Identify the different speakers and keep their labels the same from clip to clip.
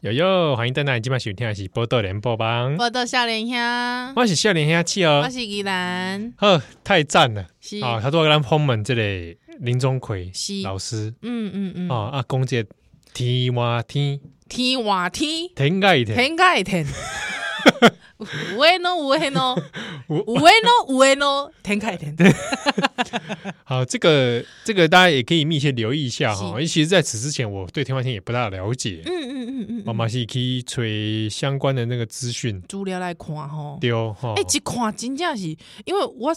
Speaker 1: 友友，欢迎登来，今晚收听的是《波多连播帮》，
Speaker 2: 我到少年兄，
Speaker 1: 我是笑脸下气
Speaker 2: 我
Speaker 1: 哦，
Speaker 2: 是宜兰，
Speaker 1: 呵，太赞了！
Speaker 2: 是，
Speaker 1: 啊，他做咱朋们这里林钟馗
Speaker 2: 是
Speaker 1: 老师
Speaker 2: 嗯嗯嗯，
Speaker 1: 啊，啊，讲这天外天
Speaker 2: 天换天，
Speaker 1: 天外天，
Speaker 2: 天 改天，有诶喏，有诶喏，
Speaker 1: 有
Speaker 2: 有诶喏，有诶喏，天改天，
Speaker 1: 好，哦这个这个大家也可以密切留意一下哈，
Speaker 2: 是
Speaker 1: 因为其实在此之前我对天外天也不大了解，
Speaker 2: 嗯嗯嗯嗯
Speaker 1: 我
Speaker 2: 嗯，
Speaker 1: 嘛是去找相关的那个资讯哦
Speaker 2: 资料来看吼，
Speaker 1: 丢哈
Speaker 2: 诶，，一看真正是，因为我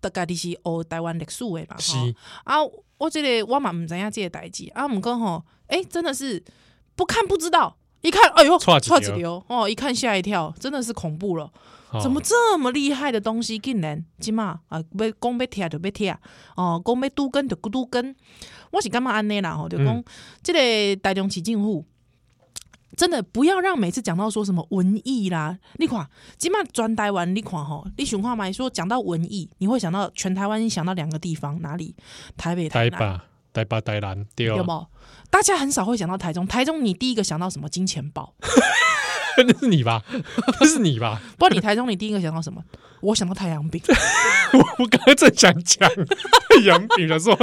Speaker 2: 大家己是学台湾历史诶嘛，
Speaker 1: 是
Speaker 2: 吼啊，我这个我嘛毋知影即个代志，啊，毋过吼，诶、真的是不看不知道，一看，哎呦，
Speaker 1: 错一
Speaker 2: 错
Speaker 1: 条
Speaker 2: 流哦，一看吓一跳，真的是恐怖了，
Speaker 1: 哦
Speaker 2: 怎么这么厉害的东西竟然即嘛啊，要讲要拆就要拆，哦，讲要拄根就拄根，我是感觉安尼啦吼，就讲、
Speaker 1: 嗯
Speaker 2: 这个台中市政府。真的不要让每次讲到说什么文艺啦，你看，起码专台湾，你看吼，你想看嘛？说讲到文艺，你会想到全台湾，你想到两个地方，哪里？台北、
Speaker 1: 台哦
Speaker 2: 南。啊
Speaker 1: 吧台吧台南丢
Speaker 2: 有，没有？大家很少会想到台中，台中你第一个想到什么？金钱豹。
Speaker 1: 那是你吧？ 那是你吧？
Speaker 2: 不然你台中你第一个想到什么？我想到太阳饼，
Speaker 1: 我刚刚正想讲太阳饼，想说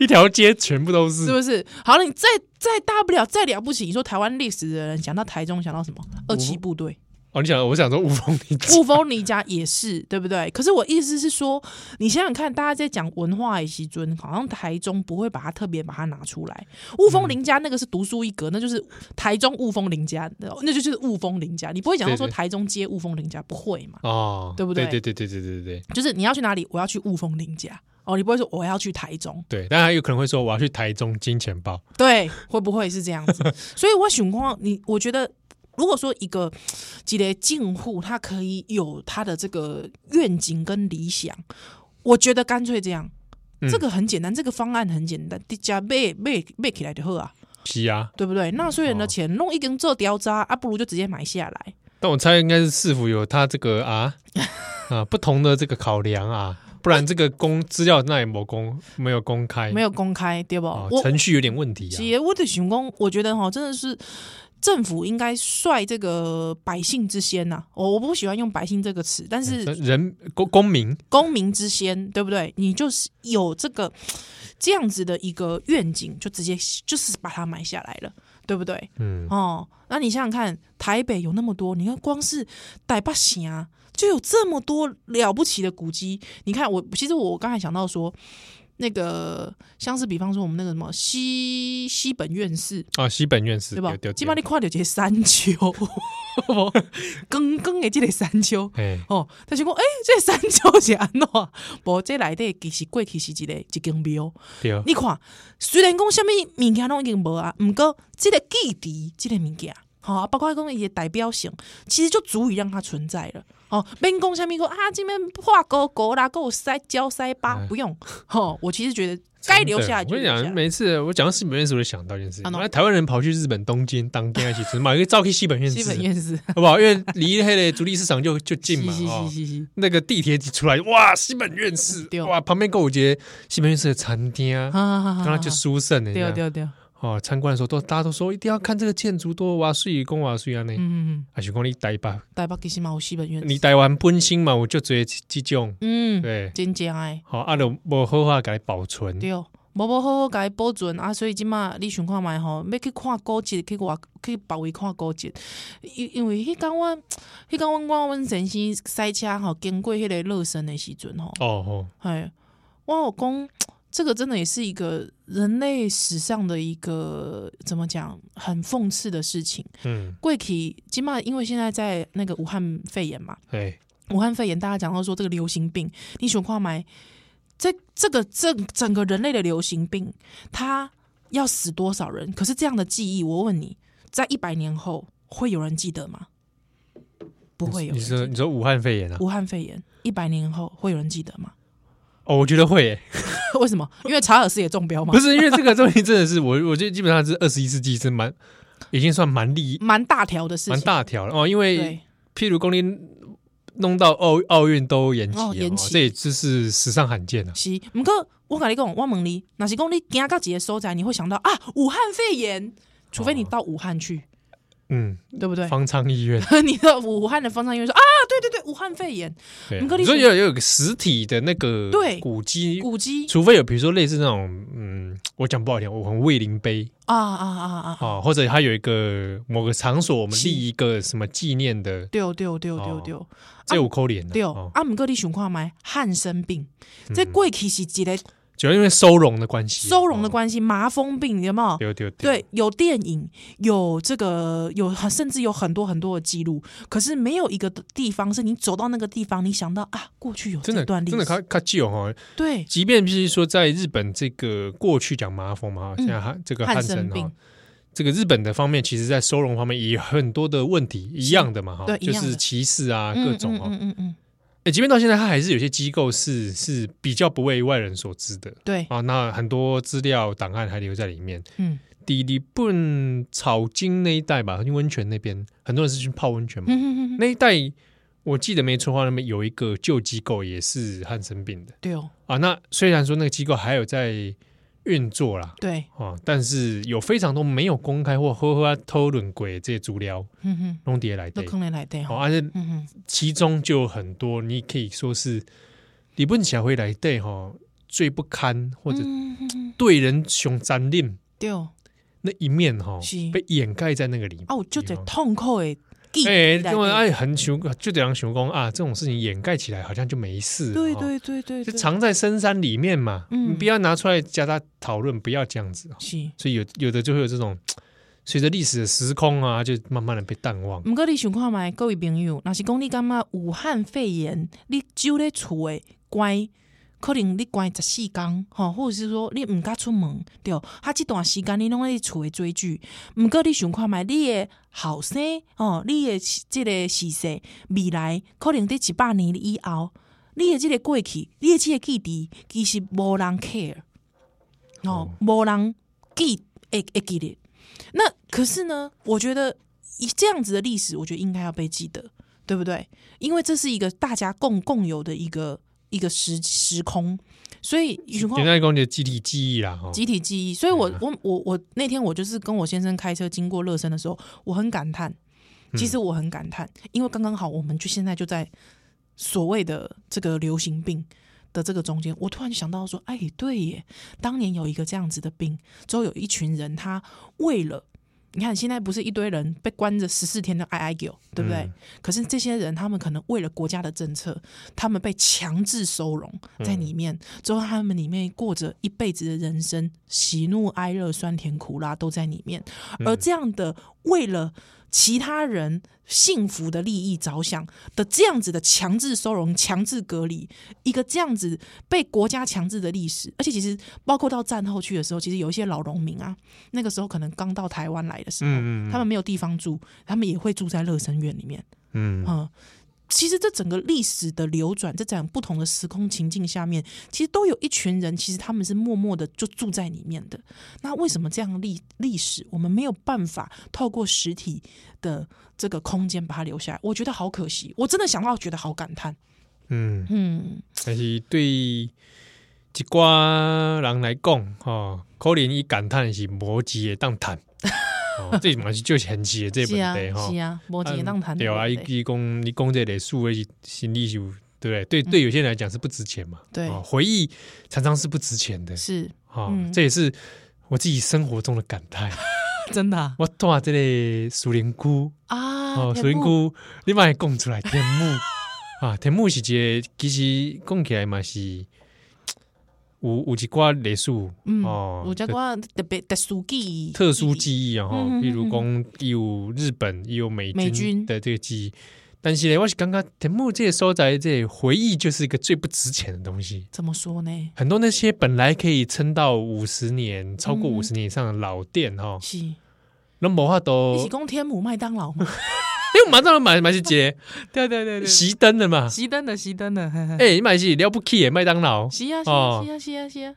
Speaker 1: 一条街全部都
Speaker 2: 是
Speaker 1: 是
Speaker 2: 不是？好了，你再再大不了再了不起，你说台湾历史的人想到台中想到什么？二七 部队、
Speaker 1: 哦。你想，我想说无缝连 接，
Speaker 2: 雾峰尼家也是，对不对？可是我意思是说，你想想看，大家在讲文化的西尊，好像台中不会把它特别把它拿出来。雾峰
Speaker 1: 嗯
Speaker 2: 林家那个是独树一格，那就是台中雾峰林家，那就是雾峰林家。你不会讲到说
Speaker 1: 对对
Speaker 2: 台中接雾峰林家，不会嘛？
Speaker 1: 哦，
Speaker 2: 对不对
Speaker 1: 对对对对对对对
Speaker 2: 就是你要去哪里，我要去雾峰林家。哦，你不会说我要去台中，
Speaker 1: 对，但他有可能会说我要去台中金钱豹，
Speaker 2: 对，会不会是 这样子？所以我想况你，我觉得如果说一个一个进户，他可以有他的这个愿景跟理想，我觉得干脆这样，
Speaker 1: 嗯
Speaker 2: 这个很简单，这个方案很简单，你加买买买起来就好啊，
Speaker 1: 皮啊。
Speaker 2: 对不对？纳税人的
Speaker 1: 哦
Speaker 2: 钱弄一根做雕渣啊，不如就直接买下来。
Speaker 1: 但我猜应该是市府有他这个 啊啊不同的这个考量啊，不然这个公资料那也没公没有公开，
Speaker 2: 没有公开，对不？
Speaker 1: 啊
Speaker 2: 我
Speaker 1: 程序有点问题啊。
Speaker 2: 是，我的想讲，我觉得哈，真的是政府应该率这个百姓之先呐、我我不喜欢用百姓这个词，但是
Speaker 1: 人公公民
Speaker 2: 公民之先，对不对？你就是有这个 这样子的一个愿景，就直接就是把它买下来了，对不对？
Speaker 1: 嗯
Speaker 2: 哦，那你想想看，台北有那么多，你看光是台北啊，就有这么多了不起的古迹。你看我，其实我刚才想到说，那个像是比方说我们那个什么西西本院士，
Speaker 1: 啊西本院士
Speaker 2: 对吧
Speaker 1: 对？
Speaker 2: 基本上你看到这个山 丘， 更更的这个山丘。
Speaker 1: 哎
Speaker 2: 哦，他就讲，诶、这个山丘是安怎 样？无，这内底其实过去是一个一间庙，
Speaker 1: 对
Speaker 2: 你看，虽然讲什物物件拢已经无啊，毋过即个记忆，即、个物件，吼、包括讲伊的代表性，其实就足以让它存在了。哦，免讲什物讲啊，这边画勾勾啦，给我塞胶塞疤，
Speaker 1: 哎
Speaker 2: 不用。 吼，我其实觉得该留下来
Speaker 1: 真的我跟
Speaker 2: 就
Speaker 1: 你
Speaker 2: 留下来
Speaker 1: 讲，。每次我讲到西本院士，我就想到一件事情。
Speaker 2: 啊喏
Speaker 1: 那台湾人跑去日本东京当恋爱骑士，买一个照去西本院
Speaker 2: 基本
Speaker 1: 士，
Speaker 2: 院士，
Speaker 1: 好不好？因为离黑的主力市场就就近嘛
Speaker 2: 是
Speaker 1: 哦
Speaker 2: 是是是
Speaker 1: 那个地铁一出来，哇，西本院士
Speaker 2: 对，
Speaker 1: 哇，旁边购物节西本院士的餐厅啊
Speaker 2: 是，，啊，
Speaker 1: 刚刚就殊胜的，
Speaker 2: 对啊
Speaker 1: 这样
Speaker 2: 对对，
Speaker 1: 哦，参观的时候都大家都说一定要看这个建筑多哇水公哇水啊
Speaker 2: 嗯
Speaker 1: 那。
Speaker 2: 嗯，嗯，
Speaker 1: 啊，想讲你台北，
Speaker 2: 台北其实嘛有西本院士，
Speaker 1: 你台湾本身嘛，我就觉得这种
Speaker 2: 嗯，
Speaker 1: 对，
Speaker 2: 真正诶。
Speaker 1: 好啊，就无好好给它保存，
Speaker 2: 对，无无好好甲伊保存啊，所以即马你想看觅吼，要去看古迹，去外去别位看古迹，因因为迄工我，迄工我我阮先生塞车吼，经过迄个乐生的时阵吼，
Speaker 1: 哦哦，
Speaker 2: 哎，我有讲这个真的也是一个人类史上的一个怎么讲，很讽刺的事情。
Speaker 1: 嗯，
Speaker 2: 过去即马因为现在在那个武汉肺炎嘛，
Speaker 1: 哎，
Speaker 2: 武汉肺炎，大家讲到说这个流行病，你想看买这这个这整个人类的流行病，它要死多少人？可是这样的记忆，我问你，在一百年后会有人记得吗？不会有
Speaker 1: 你
Speaker 2: 人记得
Speaker 1: 说你说武汉肺炎啊？
Speaker 2: 武汉肺炎一百年后会有人记得吗？
Speaker 1: 哦，我觉得会耶，
Speaker 2: 为什么？因为查尔斯也中标嘛
Speaker 1: 不，是因为这个东西真的是我，我觉得基本上是二十一世纪是蛮，已经算蛮厉
Speaker 2: 蛮大条的事情，
Speaker 1: 蛮大条了哦。因为
Speaker 2: 对，
Speaker 1: 譬如公立弄到奥奥运都延期了，
Speaker 2: 哦延期
Speaker 1: 这也就是史上罕见啊了。
Speaker 2: 是。不过我跟你讲，我问你，
Speaker 1: 哦
Speaker 2: 若是讲你行到一个所在，你会想到啊，武汉肺炎，除非你到武汉去。
Speaker 1: 嗯，
Speaker 2: 对不对？
Speaker 1: 方舱医 院，
Speaker 2: 你的武汉的方舱医院说啊，对对对，武汉肺炎
Speaker 1: 对啊
Speaker 2: 你，跟你
Speaker 1: 你说要有一个实体的那个
Speaker 2: 对
Speaker 1: 古迹，
Speaker 2: 古迹
Speaker 1: 除非有比如说类似那种，嗯，我讲不好听，我很卫灵碑
Speaker 2: 啊啊啊啊！
Speaker 1: 啊，或者它有一个某个场所，我们立一个什么纪念的，
Speaker 2: 对对对对
Speaker 1: 哦
Speaker 2: 对。
Speaker 1: 这有扣脸的，
Speaker 2: 啊对，
Speaker 1: 哦嗯
Speaker 2: 啊，毋过你想看觅汉生病，这过去是一个
Speaker 1: 主要因为收容的关系，哦
Speaker 2: 收容的
Speaker 1: 系，
Speaker 2: 关系，麻风病有没有？
Speaker 1: 对对对，
Speaker 2: 对，有电影，有这个，有很甚至有很多很多的记录，可是没有一个地方是你走到那个地方，你想到啊，过去有
Speaker 1: 真
Speaker 2: 这
Speaker 1: 的
Speaker 2: 段历
Speaker 1: 真的
Speaker 2: 史，
Speaker 1: 卡卡旧哈，
Speaker 2: 对，
Speaker 1: 哦即便就是说在日本这个过去讲麻风嘛，现在汉这个汉
Speaker 2: 嗯汉
Speaker 1: 森
Speaker 2: 生
Speaker 1: 哈
Speaker 2: 病，，
Speaker 1: 这个日本的方面，其实在收容方面也有很多的问题，一样的嘛哈，
Speaker 2: 对
Speaker 1: 就
Speaker 2: 一样
Speaker 1: 是
Speaker 2: 的
Speaker 1: 歧视啊
Speaker 2: 嗯
Speaker 1: 各种
Speaker 2: 嗯
Speaker 1: 哈。
Speaker 2: 嗯嗯嗯，
Speaker 1: 哎，即便到现在，它还是有些机构是是比较不为外人所知的
Speaker 2: 对，
Speaker 1: 啊。那很多资料档案还留在里面。
Speaker 2: 嗯
Speaker 1: 迪里本草津那一带吧，温泉那边很多人是去泡温泉嘛。
Speaker 2: 嗯嗯嗯，
Speaker 1: 那一带我记得没错的话，那边有一个旧机构也是汉生病的
Speaker 2: 对哦，
Speaker 1: 啊。那虽然说那个机构还有在运作啦，
Speaker 2: 对，
Speaker 1: 啊，但是有非常多没有公开或呵啊呵讨论过的这些资料，
Speaker 2: 嗯哼，
Speaker 1: 弄碟来
Speaker 2: 都
Speaker 1: 的。
Speaker 2: 坑人来对
Speaker 1: 哦，
Speaker 2: 吼，
Speaker 1: 而且
Speaker 2: 嗯哼，
Speaker 1: 其中就有很多，你可以说是日本社会来对哈最不堪或者
Speaker 2: 嗯嗯嗯嗯
Speaker 1: 对人凶残忍
Speaker 2: 对哦，
Speaker 1: 那一面哈
Speaker 2: 是，
Speaker 1: 被掩盖在那个里面。
Speaker 2: 啊，有就这
Speaker 1: 地方
Speaker 2: 痛苦的记忆
Speaker 1: 哦哎，
Speaker 2: 内底
Speaker 1: 因为哎，很熊，就得让熊公啊，这种事情掩盖起来好像就没事。
Speaker 2: 对
Speaker 1: 哦，
Speaker 2: 对对对，
Speaker 1: 就
Speaker 2: 对
Speaker 1: 藏在深山里面嘛，
Speaker 2: 嗯
Speaker 1: 你不要拿出来加大讨论，不要这样子。
Speaker 2: 是。
Speaker 1: 所以有有的就会有这种，随着历史的时空啊，就慢慢的被淡忘。
Speaker 2: 毋过你想看觅各位朋友，若是讲你感觉武汉肺炎，你就咧厝诶乖，可能你乖十四天吼，或者是说你毋敢出门，对，啊，即段时间你拢咧厝诶追剧。毋过你想看觅你诶后生哦，你诶即个时势，未来可能伫一百年以后，你诶即个过去，你诶即个记忆，其实无人 care，哦，无人记会会记得。那可是呢，我觉得以这样子的历史，我觉得应该要被记得，对不对？因为这是一个大家共共有的一个一个时时空，所以情况
Speaker 1: 简单来讲，就集体记忆啦，哦哈，
Speaker 2: 集体记忆。所以我
Speaker 1: 对啊
Speaker 2: 我我我那天我就是跟我先生开车经过乐生的时候，我很感叹，其
Speaker 1: 嗯
Speaker 2: 实我很感叹，因为刚刚好我们就现在就在所谓的这个流行病。的这个中间，我突然就想到说，哎，对耶，当年有一个这样子的病，之后有一群人，他为了你看，现在不是一堆人被关着十四天的 I I 狗，对不对？
Speaker 1: 嗯
Speaker 2: 可是这些人，他们可能为了国家的政策，他们被强制收容
Speaker 1: 嗯
Speaker 2: 在里面，之后他们里面过着一辈子的人生，喜怒哀乐、酸甜苦辣都在里面。
Speaker 1: 嗯
Speaker 2: 而这样的为了其他人幸福的利益着想的这样子的强制收容、强制隔离，一个这样子被国家强制的历史，而且其实包括到战后去的时候，其实有一些老农民啊，那个时候可能刚到台湾来的时候，
Speaker 1: 嗯嗯嗯
Speaker 2: 他们没有地方住，他们也会住在乐生院里面。
Speaker 1: 嗯，
Speaker 2: 嗯，其实这整个历史的流转，这在不同的时空情境下面，其实都有一群人，其实他们是默默的就住在里面的。那为什么这样的历历史，我们没有办法透过实体的这个空间把它留下来？我觉得好可惜，我真的想到觉得好感叹。
Speaker 1: 嗯，
Speaker 2: 嗯，
Speaker 1: 但是对一寡人来讲，哈、可能伊感叹的是摩羯的当谈， 哦，这嘛是就前期的这
Speaker 2: 是
Speaker 1: 本
Speaker 2: 啊
Speaker 1: 地，哈、
Speaker 2: 是啊，摩羯浪谈
Speaker 1: 对啊，伊伊讲你讲这类数位心理就对不对？对，对有些人来讲是不值钱嘛，
Speaker 2: 嗯对
Speaker 1: 哦回忆常常是不值钱的，
Speaker 2: 是
Speaker 1: 啊、
Speaker 2: 嗯
Speaker 1: 这也是我自己生活中的感 叹。
Speaker 2: 真的啊
Speaker 1: 我住这个树林区，
Speaker 2: 啊
Speaker 1: 哦，
Speaker 2: 田
Speaker 1: 树林
Speaker 2: 木
Speaker 1: 区，你把它讲出来，天 幕啊，天幕是一个，其实讲起来嘛是有有一挂历史，
Speaker 2: 嗯，
Speaker 1: 哦，
Speaker 2: 有只我特别特殊记忆，
Speaker 1: 特殊记忆啊，吼
Speaker 2: 嗯嗯嗯，
Speaker 1: 比如讲有日本，也有美
Speaker 2: 美军
Speaker 1: 军的这个记忆。
Speaker 2: 嗯
Speaker 1: 但是呢，我是刚刚田木这些所在，这个回忆就是一个最不值钱的东西。
Speaker 2: 怎么说呢？
Speaker 1: 很多那些本来可以撑到五十年、超过
Speaker 2: 嗯
Speaker 1: 五十年以上的老店，哈、
Speaker 2: 是你
Speaker 1: 那没法
Speaker 2: 嗯
Speaker 1: 都，
Speaker 2: 是讲天母麦当劳吗？
Speaker 1: 因哎为马上买买是节
Speaker 2: 对对对
Speaker 1: 熄灯了嘛，
Speaker 2: 熄灯的，熄灯的，嘿嘿
Speaker 1: 哎、你买是了不起耶，麦当劳
Speaker 2: 是啊，是
Speaker 1: 哦
Speaker 2: 啊，是啊，是啊，是啊，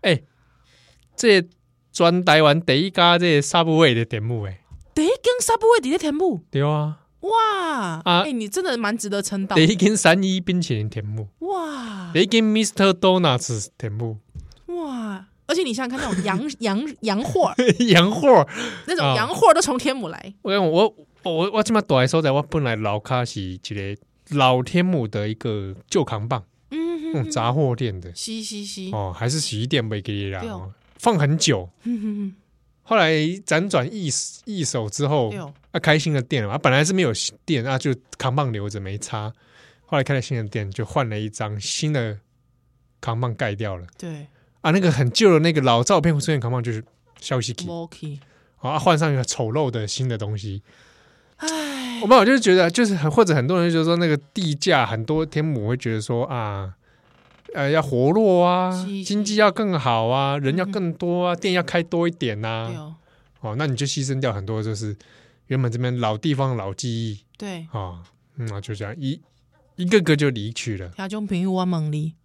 Speaker 1: 这个全台湾第一家这沙布味的店目哎，
Speaker 2: 第一间 Subway 伫咧天母，
Speaker 1: 对啊，
Speaker 2: 哇，
Speaker 1: 啊
Speaker 2: 哎，你真的蛮值得称道
Speaker 1: 第，一间三一冰淇淋店目，
Speaker 2: 哇
Speaker 1: 第一间 Mr. Donuts 店目，
Speaker 2: 哇，而且你想想看，那种洋洋洋货，
Speaker 1: 洋货，
Speaker 2: 那种
Speaker 1: 啊
Speaker 2: 洋货都从天母来，
Speaker 1: 我跟我我我这么大的所在，我本来老卡是一个老天母的一个旧扛棒，
Speaker 2: 嗯
Speaker 1: 那种杂货店哦的
Speaker 2: 嘻嘻嘻，
Speaker 1: 哦，还是洗衣店没给啦
Speaker 2: 对，哦
Speaker 1: 哦放很久。
Speaker 2: 嗯哼
Speaker 1: 后来辗转易易手之
Speaker 2: 哼
Speaker 1: 后
Speaker 2: 对，哦，
Speaker 1: 啊，开新的店了嘛，啊，本来是没有店，啊，就扛棒留着没擦。后来开了新的店，就换了一张新的扛棒盖掉了
Speaker 2: 对
Speaker 1: 啊，那个很旧的那个老照片出现扛棒就是消息机
Speaker 2: m o k y
Speaker 1: 啊，换上一个丑陋的新的东西。
Speaker 2: 哎，
Speaker 1: 我们我就是觉得，就是很或者很多人就说那个地价，很多天母会觉得说啊，呃，要活络啊
Speaker 2: 是，
Speaker 1: 经济
Speaker 2: 是
Speaker 1: 要更好啊，人要
Speaker 2: 嗯哼
Speaker 1: 更多啊，店要开多一点呐、
Speaker 2: 对哦，
Speaker 1: 哦，那你就牺牲掉很多，就是原本这边老地方老记忆
Speaker 2: 对，
Speaker 1: 啊、哦，嗯啊，就这样一一个个就离去了，
Speaker 2: 听众朋友，我问你，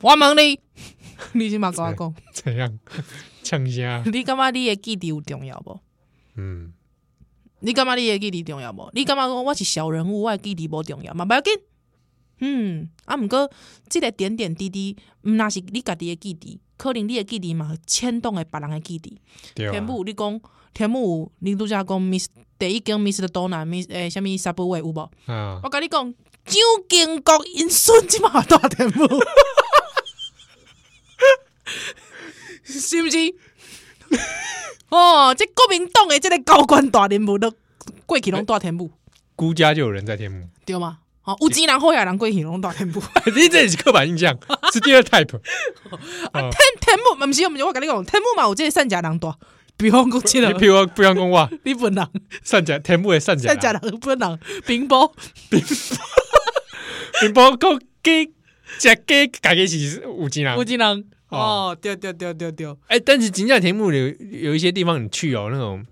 Speaker 2: 我问你， 你
Speaker 1: 哎
Speaker 2: 先嘛跟我讲，
Speaker 1: 怎样呛 虾？
Speaker 2: 你感觉你的记忆有重要不？
Speaker 1: 嗯，
Speaker 2: 你感觉你的记忆重要无？你感觉讲我是小人物，我的记忆无重要嘛？不要紧。嗯，啊，毋过即个点点滴滴，毋那是你家己的记忆，可能你的记忆嘛牵动的别人的记忆。
Speaker 1: 对
Speaker 2: 天
Speaker 1: 啊，
Speaker 2: 母，你讲天母，你拄则讲 Miss 第一间 Miss 的 Dona Miss 诶，什物 Subway 有无？
Speaker 1: 啊，
Speaker 2: 我甲你讲，蒋经国因孙即嘛大天母， 是毋是？哦，这国民党诶，这个高官大人物都过去拢大天母，
Speaker 1: 孤家就有人在天母，
Speaker 2: 对吗？哦，有钱人好野人过去拢大 天母，
Speaker 1: 你这也是刻板印象，是第二 type，
Speaker 2: 天母毋是毋是，我甲你讲，天母嘛有这个善假人大，比方讲即
Speaker 1: 你
Speaker 2: 个
Speaker 1: 譬如不要讲哇，
Speaker 2: 日本人、
Speaker 1: 善假天母的善假
Speaker 2: 善
Speaker 1: 啦
Speaker 2: 假人、日本人、平埔。
Speaker 1: 你包括给食给家己是有钱人
Speaker 2: 有，钱人
Speaker 1: 哦
Speaker 2: 哦，对对对对对，
Speaker 1: 哎、但是真正田木有有一些地方你去哦，那种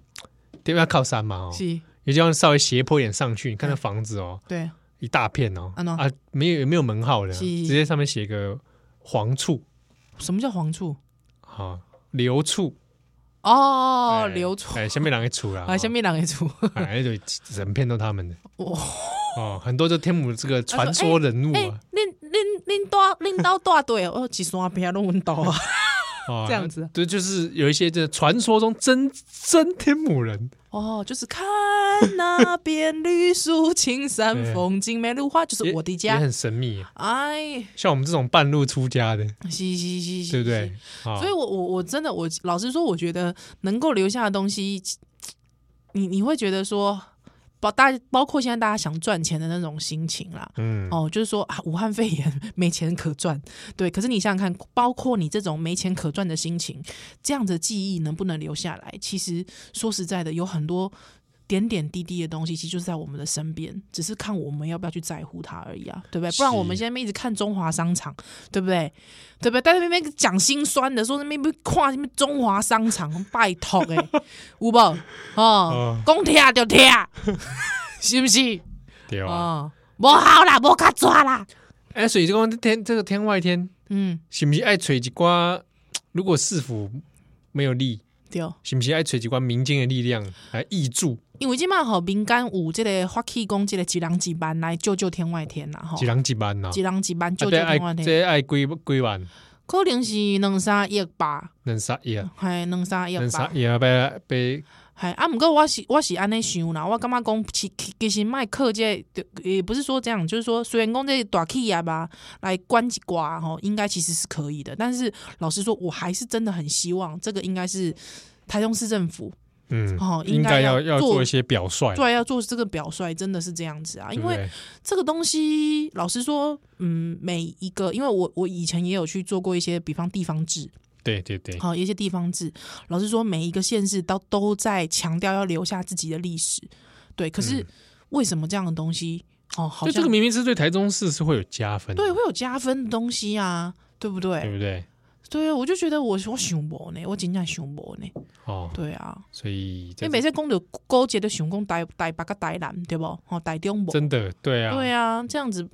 Speaker 1: 对面靠山嘛哦，
Speaker 2: 是，
Speaker 1: 有些地方稍微斜坡一点上去，你看那房子哦，
Speaker 2: 对，
Speaker 1: 一大片哦，
Speaker 2: 安怎
Speaker 1: 啊，没有没有门号的，
Speaker 2: 是
Speaker 1: 直接上面写个黄处
Speaker 2: 什么叫黄处？
Speaker 1: 啊，流处
Speaker 2: 哦
Speaker 1: 哎，
Speaker 2: 流处
Speaker 1: 哎，下面两个处 啦，
Speaker 2: 啊，下面人个处。
Speaker 1: 哎，那就整片都他们的
Speaker 2: 哇，
Speaker 1: 哦，很多就天母这个传说人物
Speaker 2: 哎，
Speaker 1: 啊，
Speaker 2: 恁恁恁大恁到大队哦，一山边拢阮到啊，
Speaker 1: 哦
Speaker 2: 这样子，
Speaker 1: 对，就是有一些这传说中真真天母人，
Speaker 2: 哦，就是看那边绿树青山
Speaker 1: 对，
Speaker 2: 风景美如画，就是
Speaker 1: 也
Speaker 2: 我的
Speaker 1: 也
Speaker 2: 家。
Speaker 1: 很神秘啊。
Speaker 2: 哎，
Speaker 1: 像我们这种半路出家的，
Speaker 2: 是是是是，
Speaker 1: 对不
Speaker 2: 是
Speaker 1: 对？？啊
Speaker 2: 所以我我我真的我老实说，我觉得能够留下的东西，你你会觉得说，包大包括现在大家想赚钱的那种心情啦。
Speaker 1: 嗯，
Speaker 2: 哦，就是说啊，武汉肺炎没钱可赚，对。可是你想想看，包括你这种没钱可赚的心情，这样的记忆能不能留下来？其实说实在的，有很多点点滴滴的东西，其实就是在我们的身边，只是看我们要不要去在乎它而已啊，对不对？不然
Speaker 1: 是
Speaker 2: 我们现在那边一直看中华商场，对不对？对不对？但是那边讲心酸的，说那边跨什么中华商场，拜托哎、欸， 有无？哦
Speaker 1: 哦，
Speaker 2: 讲听就听， 是不是？
Speaker 1: 对啊。
Speaker 2: 哦，无好啦，无卡抓啦。
Speaker 1: 哎，所以这个天这个天外天，
Speaker 2: 嗯，
Speaker 1: 是不是爱吹一瓜？如果市府没有力，
Speaker 2: 对，
Speaker 1: 是不是爱吹一瓜民间的力量来挹注
Speaker 2: 因为即嘛吼民间有即个发起讲即个一人一班来救救天外天啦吼
Speaker 1: 几，人几班呐？
Speaker 2: 一
Speaker 1: 啊
Speaker 2: 人一班救
Speaker 1: 这
Speaker 2: 救
Speaker 1: 爱
Speaker 2: 天外天，
Speaker 1: 这爱归归完，
Speaker 2: 可能是两三亿吧，
Speaker 1: 能杀也，
Speaker 2: 系两三亿
Speaker 1: 能杀
Speaker 2: 吧，
Speaker 1: 也要被被
Speaker 2: 系啊。毋过我是我是安尼想啦，我感觉讲其其其实卖克这个也不是说这样，就是说虽然讲这个大企业吧来关一寡吼，应该其实是可以的，但是老实说，我还是真的很希望这个应该是台中市政府
Speaker 1: 嗯
Speaker 2: 哦，
Speaker 1: 应该要
Speaker 2: 要
Speaker 1: 要做一些表率，
Speaker 2: 对，要做这个表率，真的是这样子啊，
Speaker 1: 对
Speaker 2: 因
Speaker 1: 不
Speaker 2: 为
Speaker 1: 对？
Speaker 2: 这个东西，老实说，嗯，每一个，因为我我以前也有去做过一些，比方地方志，
Speaker 1: 对对对，
Speaker 2: 好、一些地方志，老实说，每一个县市都都在强调要留下自己的历史，对。可是
Speaker 1: 嗯
Speaker 2: 为什么这样的东西，哦，好
Speaker 1: 就这
Speaker 2: 像
Speaker 1: 个明明是对台中市是会有加分的，
Speaker 2: 对会有加分的东西啊，对不
Speaker 1: 对
Speaker 2: 对？
Speaker 1: 不对？
Speaker 2: 对啊，我就觉得我我想不呢，我真正想不呢，
Speaker 1: 哦，
Speaker 2: 对啊，
Speaker 1: 所以
Speaker 2: 因
Speaker 1: 这
Speaker 2: 为每次讲到勾结的想讲台台北跟台南，对不？哦，台中不？
Speaker 1: 真的对啊，
Speaker 2: 对啊，这样子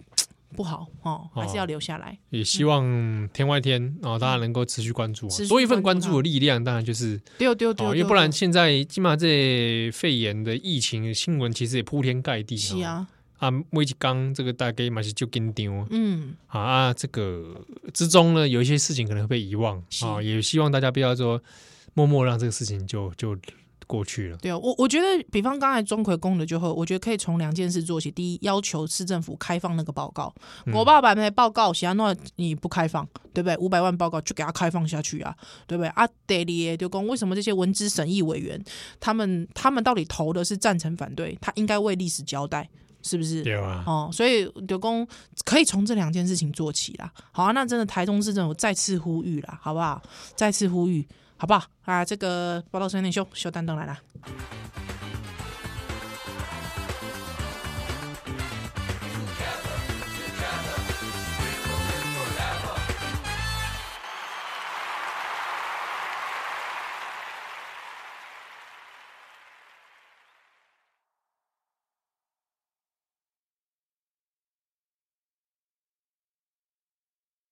Speaker 2: 不好哦，还是
Speaker 1: 哦
Speaker 2: 要留下来。
Speaker 1: 也希望天外天哦，大家能够持续关注、啊
Speaker 2: 嗯持，续
Speaker 1: 多一份
Speaker 2: 关
Speaker 1: 关
Speaker 2: 注它
Speaker 1: 注的力量，当然就是
Speaker 2: 对对对
Speaker 1: 哦，因为不然现在起码这肺炎的疫情新闻其实也铺天盖地、哦，
Speaker 2: 是，啊，
Speaker 1: 啊，每一刚这个大概嘛是就紧张啊
Speaker 2: 嗯，
Speaker 1: 啊啊，这个之中呢，有一些事情可能会被遗忘
Speaker 2: 是
Speaker 1: 啊，也希望大家不要说默默让这个事情就就过去了。
Speaker 2: 对啊，我我觉得，比方刚才钟馗公的就后，我觉得可以从两件事做起。第一，要求市政府开放那个报告，
Speaker 1: 嗯
Speaker 2: 国爸版的报告，其他那你不开放，对不对？五百万报告就给他开放下去啊，对不对？啊，得里就公，为什么这些文资审议委员，他们他们到底投的是赞成反对？他应该为历史交代，是不是？
Speaker 1: 对啊，
Speaker 2: 哦，所以刘公可以从这两件事情做起啦。好啊，那真的台中市政府再次呼吁啦，好不好？再次呼吁，好不好？啊，这个报道声内秀秀担当来啦。